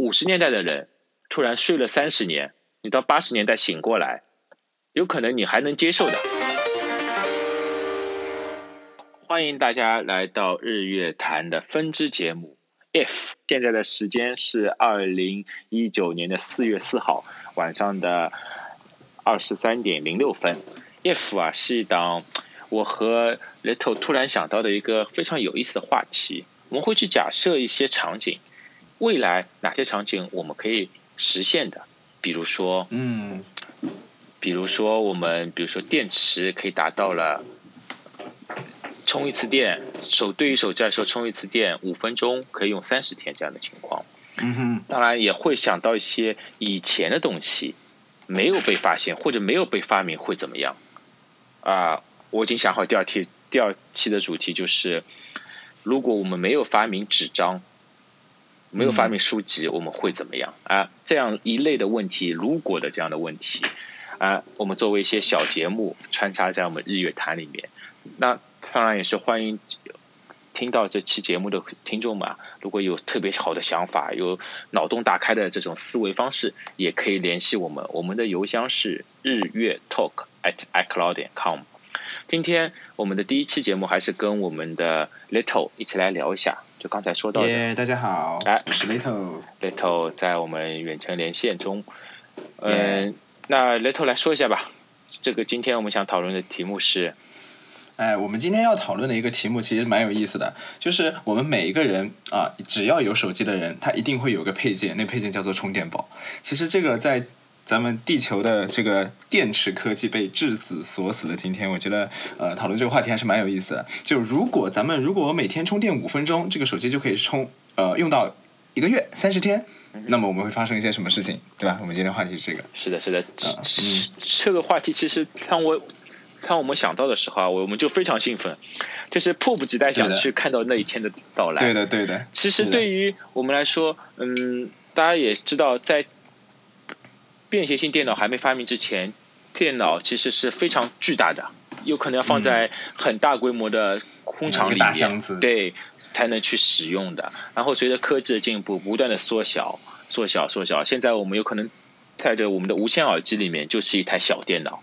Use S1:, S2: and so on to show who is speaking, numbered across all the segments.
S1: 五十年代的人突然睡了三十年，你到八十年代醒过来，有可能你还能接受的。欢迎大家来到日月潭的分支节目 If。现在的时间是二零一九年的四月四号晚上的二十三点零六分。If 啊是一档我和 Little 突然想到的一个非常有意思的话题，我们会去假设一些场景，未来哪些场景我们可以实现的，比如说，
S2: 嗯，
S1: 比如说我们，比如说电池可以达到了充一次电，手对于手战时候充一次电五分钟可以用三十天这样的情况。
S2: 嗯哼，
S1: 当然也会想到一些以前的东西没有被发现或者没有被发明会怎么样啊、我已经想好第二题，第二期的主题就是，如果我们没有发明纸张，没有发明书籍，我们会怎么样啊、这样一类的问题，如果的这样的问题啊、我们作为一些小节目穿插在我们日月潭里面，那当然也是欢迎听到这期节目的听众们啊，如果有特别好的想法，有脑洞大开的这种思维方式，也可以联系我们。我们的邮箱是日月 talk at icloud 点 com。今天我们的第一期节目还是跟我们的 Little 一起来聊一下，就刚才说到的
S2: 耶、大家好，
S1: 哎
S2: 我是 Little。
S1: Little 在我们远程连线中。嗯，那 Little 来说一下吧。这个今天我们想讨论的题目是，
S2: 哎，我们今天要讨论的一个题目其实蛮有意思的，就是我们每一个人啊，只要有手机的人，他一定会有个配件，那配件叫做充电宝。其实这个在咱们地球的这个电池科技被质子锁死的今天，我觉得呃讨论这个话题还是蛮有意思的。就如果咱们如果每天充电五分钟，这个手机就可以充呃用到一个月三十天，那么我们会发生一些什么事情，对吧？我们今天话题是这个。
S1: 是的，是的，
S2: 啊
S1: 这这个话题其实让我让我们想到的时候啊，我我们就非常兴奋，就是迫不及待
S2: 对
S1: 想
S2: 的
S1: 去看到那一天的到来。
S2: 对的，对的。
S1: 其实
S2: 是的
S1: 对于我们来说，嗯，大家也知道，在便携性电脑还没发明之前，电脑其实是非常巨大的，有可能要放在很大规模的工厂
S2: 嗯一
S1: 里
S2: 个
S1: 面，
S2: 大箱子
S1: 对，才能去使用的。然后随着科技的进步，不断的缩小、缩小、缩小。现在我们有可能带着我们的无线耳机里面就是一台小电脑，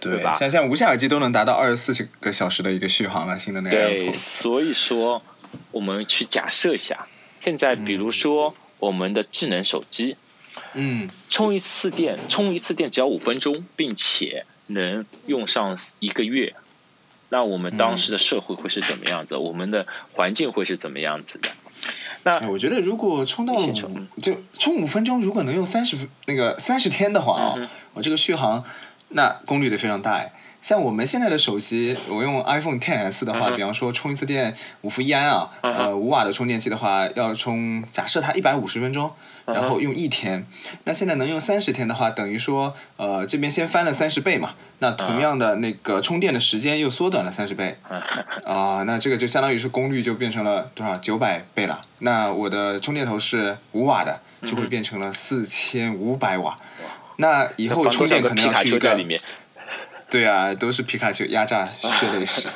S1: 对
S2: 对
S1: 吧，
S2: 像像无线耳机都能达到二十四个小时的一个续航了，新的那个
S1: 对，
S2: AirPods。
S1: 所以说我们去假设一下，现在比如说我们的智能手机。
S2: 嗯，
S1: 充一次电，充一次电只要五分钟，并且能用上一个月，那我们当时的社会会是怎么样
S2: 嗯
S1: 子？我们的环境会是怎么样子的？
S2: 哎我觉得如果充到
S1: 你先嗯充
S2: 五就充五分钟，如果能用三十那个三十天的话啊、
S1: 嗯哼
S2: 我这个续航那功率得非常大哎。像我们现在的手机，我用 iPhone 10s 的话，
S1: 嗯哼
S2: 比方说充一次电五伏一安啊，
S1: 嗯哼
S2: 呃五瓦的充电器的话，要充假设它一百五十分钟，
S1: 嗯哼
S2: 然后用一天。那现在能用三十天的话，等于说呃这边先翻了三十倍嘛，那
S1: 嗯
S2: 同样的那个充电的时间又缩短了三十倍。啊、那这个就相当于是功率就变成了多少九百倍了。那我的充电头是五瓦的，就
S1: 嗯
S2: 会变成了四千五百瓦。那以后
S1: 放
S2: 充
S1: 多少
S2: 电
S1: 个
S2: 可能
S1: 皮
S2: 要
S1: 卡
S2: 去一
S1: 丘在
S2: 个
S1: 里，面？
S2: 对啊，都是皮卡丘压榨血 泪史。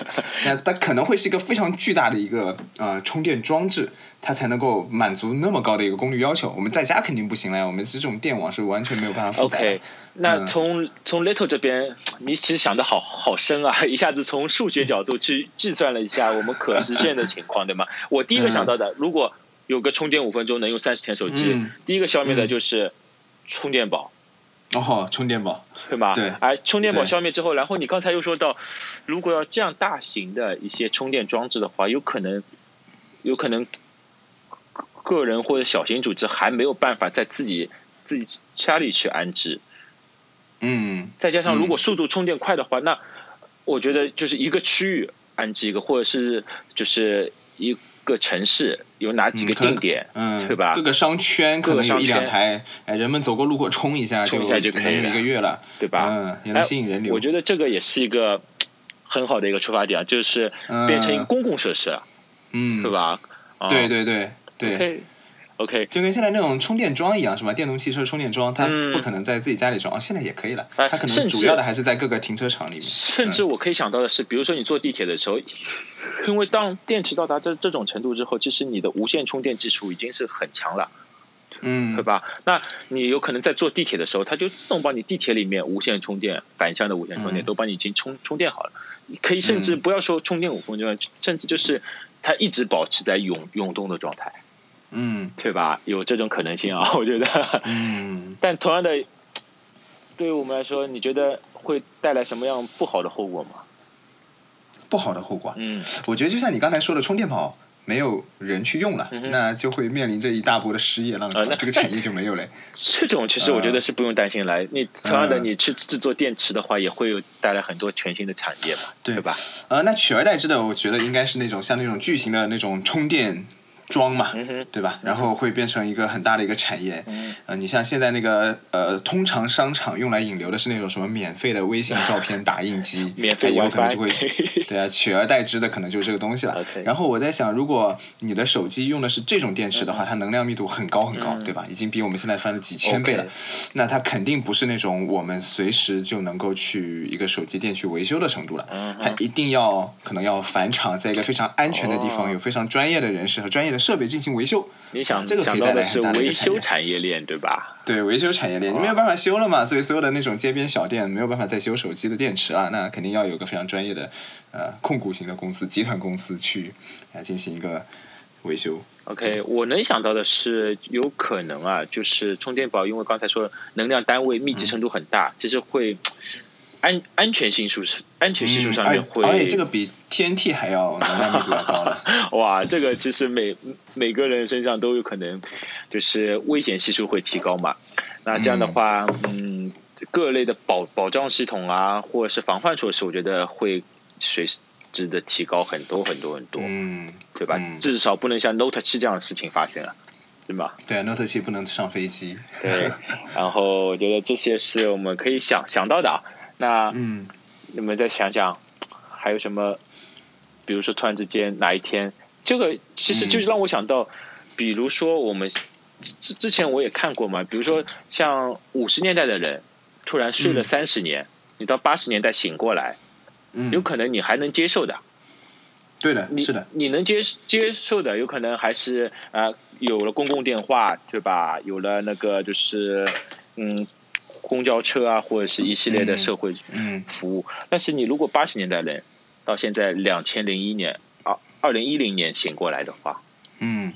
S2: 那它可能会是一个非常巨大的一个呃充电装置，它才能够满足那么高的一个功率要求。我们在家肯定不行了呀，我们这种电网是完全没有办法负载的。
S1: OK，那从、从 Little 这边，你其实想的好好深啊， 一下子从数学角度去计算了一下我们可实现的情况，对吗？我第一个想到的，如果有个充电五分钟能用三十天手机，
S2: 嗯
S1: 第一个消灭的
S2: 嗯
S1: 就是充电宝。
S2: 哦，充电宝，
S1: 对吧？
S2: 对
S1: 而充电宝
S2: 对
S1: 消灭之后，然后你刚才又说到，如果要这样大型的一些充电装置的话，有可能，有可能个个人或者小型组织还没有办法在自己自己家里去安置。
S2: 嗯，
S1: 再加上
S2: 嗯
S1: 如果速度充电快的话，那我觉得就是一个区域安置一个，或者是就是一个城市有哪几个
S2: 嗯可能
S1: 定点，
S2: 嗯，
S1: 对吧
S2: 各个商圈可
S1: 各个
S2: 能有
S1: 商
S2: 一
S1: 圈
S2: 两台，哎，人们走过路过充一下就
S1: 充一下就可以
S2: 能用
S1: 了
S2: 一个月了，
S1: 对吧？哎
S2: 嗯，也能吸引人流。
S1: 我觉得这个也是一个很好的一个出发点，就是变成一个公共设施，啊
S2: 嗯，
S1: 对？吧？啊
S2: 对对对对。
S1: ，OK，
S2: 就跟现在那种充电桩一样，是吧？电动汽车充电桩，它
S1: 嗯
S2: 不可能在自己家里装，哦，现在也可以了。
S1: 哎
S2: 它可
S1: 甚
S2: 能
S1: 至
S2: 主要的还是在各个停车场里面。
S1: 甚至我可以想到的是，比如说你坐地铁的时候，因为当电池到达这这种程度之后，其实你的无线充电技术已经是很强了，对
S2: 嗯，
S1: 对吧？那你有可能在坐地铁的时候，它就自动帮你地铁里面无线充电、反向的无线充电
S2: 嗯
S1: 都帮你已经充充电好了。你可以甚至
S2: 嗯
S1: 不要说充电五分钟，甚至就是它一直保持在涌涌动的状态，
S2: 嗯
S1: 对吧？有这种可能性啊，我觉得。
S2: 嗯，
S1: 但同样的，对于我们来说，你觉得会带来什么样不好的后果吗？
S2: 不好的后果。
S1: 嗯
S2: 我觉得就像你刚才说的，充电宝没有人去用了，
S1: 嗯哼
S2: 那就会面临着一大波的失业浪潮，
S1: 呃那
S2: 这个产业就没有嘞。
S1: 这种其实我觉得是不用担心来，你同样的
S2: 嗯
S1: 你去制作电池的话，也会有带来很多全新的产业嘛，
S2: 对
S1: 对吧？
S2: 呃，那取而代之的，我觉得应该是那种像那种巨型的那种充电桩嘛，
S1: 嗯哼，
S2: 对吧？然后会变成一个很大的一个产业。
S1: 嗯
S2: 呃，你像现在那个呃，通常商场用来引流的是那种什么免费的微信照片打印机，
S1: 免费
S2: 哎有可能
S1: WiFi
S2: 就会，对啊，取而代之的可能就是这个东西了。
S1: OK
S2: 然后我在想，如果你的手机用的是这种电池的话，它能量密度很高很高，
S1: 嗯
S2: 对吧？已经比我们现在翻了几千倍了
S1: OK
S2: 那它肯定不是那种我们随时就能够去一个手机店去维修的程度了。
S1: 嗯
S2: 它
S1: 哼，
S2: 一定要可能要返厂，在一个非常安全的地方，
S1: 哦
S2: 有非常专业的人士和专业的设备进行维修。啊
S1: 你想
S2: 这个可
S1: 想
S2: 以
S1: 到
S2: 带来
S1: 的是
S2: 很大的一
S1: 维
S2: 个产
S1: 修
S2: 业。
S1: 产业哦链，对吧？
S2: 对维修产业链，你没有办法修了嘛，所以所有的那种街边小店没有办法再修手机的电池啊，那肯定要有个非常专业的呃控股型的公司、集团公司去来进行一个维修。
S1: OK，我能想到的是，有可能啊，就是充电宝，因为刚才说了能量单位
S2: 嗯
S1: 密集程度很大，这是会安安全系数是安全系数上面会，
S2: 嗯而而且这个比 TNT 还要能量密度要高 了。
S1: 哇，这个其实每每个人身上都有可能，就是危险系数会提高嘛。那这样的话，嗯，各类的保保障系统啊，或者是防范措施，我觉得会随之的提高很多很多很多，
S2: 嗯，
S1: 对吧？
S2: 嗯
S1: 至少不能像 Note 7这样的事情发生了，对 吧？
S2: 对啊，Note 7不能上飞机。
S1: 对，然后我觉得这些是我们可以想想到的啊。那
S2: 嗯，
S1: 你们再想想，还有什么？比如说突然之间哪一天，这个其
S2: 嗯
S1: 实就是让我想到，比如说我们之之前我也看过嘛，比如说像五十年代的人突然睡了
S2: 嗯
S1: 三十年，你到八十年代醒过来，
S2: 嗯
S1: 有可能你还能接受的，
S2: 对的，
S1: 你
S2: 是的，
S1: 你能接接受的，有可能还是呃有了公共电话，对吧？有了那个就是嗯公交车啊，或者是一系列的
S2: 嗯
S1: 社会、
S2: 嗯
S1: 服务。但是你如果八十年代人到现在两千零一年啊二零一零年醒过来的话，
S2: 嗯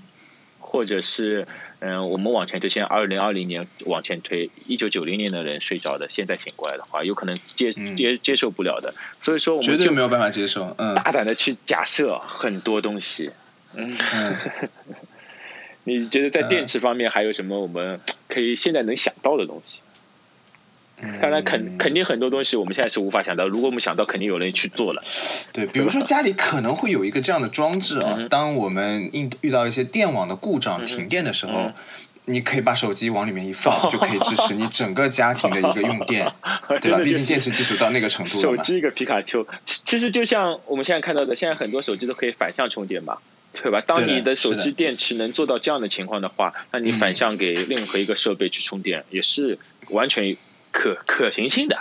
S1: 或者是嗯、我们往前推，现在二零二零年往前推，一九九零年的人睡着的，现在醒过来的话，有可能接
S2: 嗯
S1: 接接受不了的。所以说，我
S2: 绝
S1: 们
S2: 对
S1: 就
S2: 没有办法接受。嗯
S1: 大胆的去假设很多东西。嗯，
S2: 嗯。
S1: 你觉得在电池方面还有什么我们可以现在能想到的东西？
S2: 嗯
S1: 当然肯肯定很多东西我们现在是无法想到，如果我们想到，肯定有人去做了。
S2: 对，比如说家里可能会有一个这样的装置啊
S1: 嗯，哼
S2: 当我们遇遇到一些电网的故障、停电的时候
S1: 嗯，
S2: 你可以把手机往里面一 放，就可以支持你整个家庭的一个用电，对
S1: 真
S2: 吧？
S1: 的
S2: 毕
S1: 就
S2: 竟
S1: 是
S2: 电池技术到那个程度
S1: 手
S2: 了嘛。
S1: 机一个皮卡丘，其其实就像我们现在看到的，现在很多手机都可以反向充电嘛，对吧？当
S2: 对的
S1: 你的
S2: 是
S1: 手
S2: 的嗯
S1: 机电池能做到这样的情况的话，那你反向给任何一个设备去充电，也是完全可可行性的。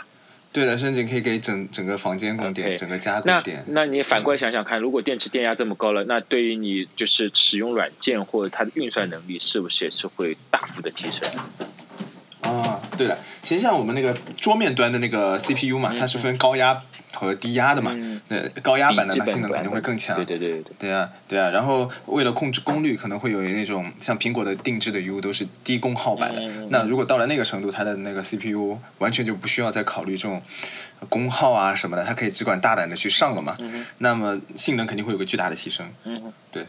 S2: 对的，甚至可以给整整个房间供电，
S1: OK，
S2: 整个家供
S1: 那
S2: 电。
S1: 那你反过
S2: 嗯
S1: 来想想看，如果电池电压这么高了，那对于你就是使用软件或者它的运算能力，是不是也是会大幅的提升？
S2: 啊，对的，其实像我们那个桌面端的那个 CPU 嘛，它是分高压和低压的嘛
S1: 嗯，
S2: 那高压版的
S1: 笔记
S2: 它
S1: 本
S2: 性能肯定会更强
S1: 对。对对对对。
S2: 对啊，对啊，然后为了控制功率，可能会有那种像苹果的定制的 U 都是低功耗版的。
S1: 嗯嗯嗯
S2: 那如果到了那个程度，它的那个 CPU 完全就不需要再考虑这种功耗啊什么的，它可以只管大胆的去上了嘛。
S1: 嗯哼
S2: 那么性能肯定会有个巨大的提升。
S1: 嗯，
S2: 对。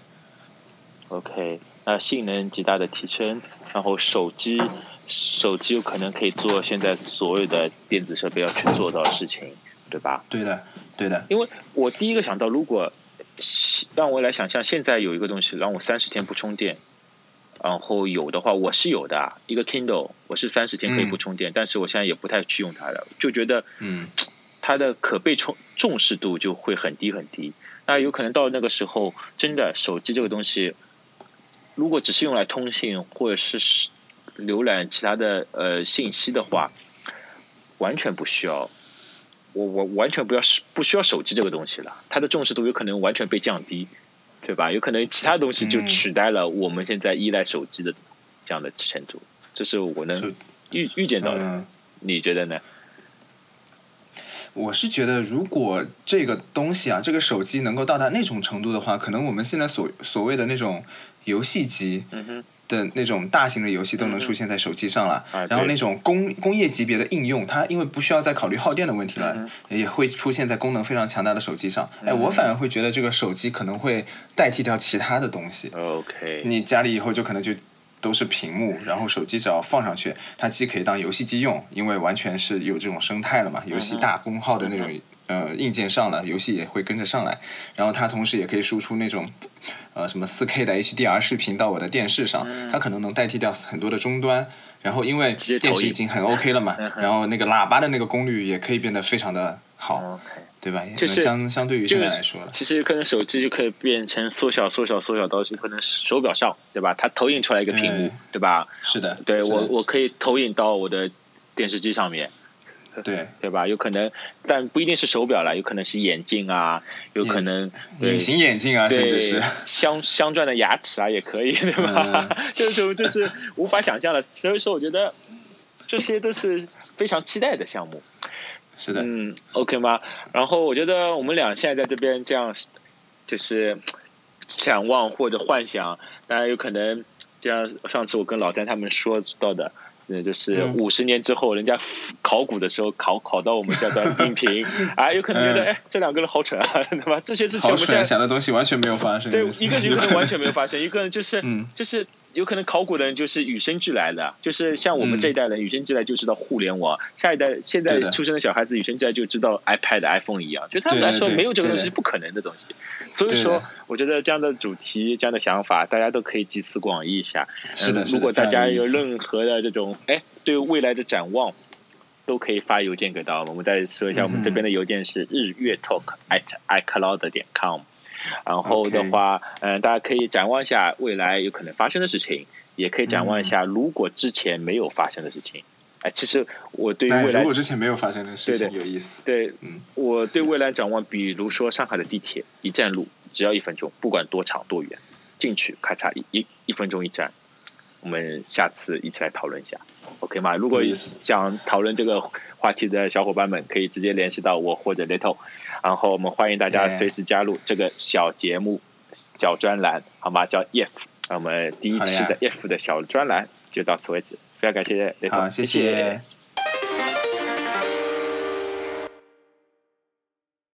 S1: OK，那性能极大的提升，然后手机手机有可能可以做现在所有的电子设备要去做到的事情，对吧？
S2: 对的，对的，
S1: 因为我第一个想到，如果让我来想象，现在有一个东西让我三十天不充电，然后有的话我是有的啊，一个 Kindle，我是三十天可以不充电，但是我现在也不太去用它了，就觉得
S2: 嗯
S1: 它的可被重重视度就会很低很低。那有可能到那个时候，真的手机这个东西，如果只是用来通信或者是是浏览其他的呃信息的话，完全不需要，我我完全不要不需要手机这个东西了，它的重视度有可能完全被降低，对吧？有可能其他东西就
S2: 嗯
S1: 取代了我们现在依赖手机的这样的程度。这是我能
S2: 是
S1: 预预见到的，
S2: 嗯，
S1: 你觉得呢？
S2: 我是觉得，如果这个东西啊，这个手机能够到达那种程度的话，可能我们现在所所谓的那种游戏机
S1: 嗯哼，嗯
S2: 的那种大型的游戏都能出现在手机上了。
S1: 啊，
S2: 然后那
S1: 对
S2: 种工工业级别的应用，它因为不需要再考虑耗电的问题了
S1: 嗯，
S2: 也会出现在功能非常强大的手机上。哎，我反而会觉得这个手机可能会代替掉其他的东西。
S1: OK，
S2: 你家里以后就可能就都是屏幕，然后手机只要放上去，它既可以当游戏机用，因为完全是有这种生态了嘛，游
S1: 嗯
S2: 戏大功耗的那种。呃，硬件上了，游戏也会跟着上来，然后它同时也可以输出那种，呃，什么 4K 的 HDR 视频到我的电视上，它可能能代替掉很多的终端。然后因为
S1: 嗯直接投
S2: 电视已
S1: 影
S2: 经很 OK 了嘛，
S1: 嗯哼
S2: 然后那个喇叭的那个功率也可以变得非常的好，
S1: OK，
S2: 对吧？也
S1: 嗯就是
S2: 能相相对于现在
S1: 就是
S2: 来说了，
S1: 其实可能手机就可以变成缩小、缩小、缩小到可能手表上，对吧？它投影出来一个屏幕
S2: 嗯，
S1: 对吧？
S2: 是的，
S1: 对
S2: 是的
S1: 我，我可以投影到我的电视机上面，
S2: 对
S1: 对吧？有可能，但不一定是手表啦，有可能是眼镜啊，有可能对
S2: 隐形眼镜啊，甚至
S1: 对
S2: 是。
S1: 镶镶钻的牙齿啊，也可以，对吧？
S2: 嗯
S1: 就是我就是无法想象的，所以说我觉得这些都是非常期待的项目。
S2: 是的，
S1: 嗯，OK 吗？然后我觉得我们俩现在在这边这样，就是呃展望或者幻想，当然有可能，就像上次我跟老詹他们说到的。嗯，就是
S2: 嗯
S1: 五十年之后，人家考古的时候考考到我们这段音 频，啊，有可能觉得，
S2: 嗯
S1: 哎，这两个人好蠢啊， 对吧？这些事情
S2: 好
S1: 我们现
S2: 蠢，
S1: 在
S2: 想的东西完全没有发生。
S1: 对，一个有 可能完全没有发生，一个人就是、
S2: 嗯
S1: 就是有可能考古的人就是与生俱来的，啊就是像我们
S2: 嗯
S1: 这一代人与生俱来就知道互联网，啊下一代现在
S2: 对的
S1: 出生的小孩子与生俱来就知道 iPad、iPhone 一样，就他们
S2: 对的
S1: 来说
S2: 对
S1: 没有这个东西
S2: 对
S1: 是
S2: 的
S1: 不可能的东西。所以
S2: 对的
S1: 说，我觉得这样的主题、这样的想法，大家都可以集思广益一下。
S2: 是的
S1: 嗯
S2: 是的
S1: 如果大家
S2: 非常有
S1: 有
S2: 意思
S1: 任何的这种哎对未来的展望。都可以发邮件给到我们。我们再说一
S2: 嗯
S1: 下，我们这边的邮件是日月 talk at icloud 点 com。然后的话，嗯、大家可以展望一下未来有可能发生的事情，也可以展望一
S2: 嗯
S1: 下如果之前没有发生的事情。哎，其实我对于
S2: 哎，
S1: 未
S2: 如
S1: 来
S2: 果之前没有发生的事情
S1: 对
S2: 有意思。
S1: 对，
S2: 嗯
S1: 我对未来展望，比如说上海的地铁，一站路只要一分钟，不管多长多远，进去咔嚓一一一分钟一站。我们下次一起来讨论一下，OK 吗？如果
S2: 有意思
S1: 想讨论这个话题的小伙伴们，可以直接联系到我或者 Little，然后我们欢迎大家
S2: 哎
S1: 随时加入这个小节目、小专栏，好吗？叫 If，那我们第一期
S2: 好的
S1: 的
S2: 呀
S1: If 的小专栏就到此为止，非常感谢 Little，
S2: 好，谢
S1: 谢。
S2: 谢，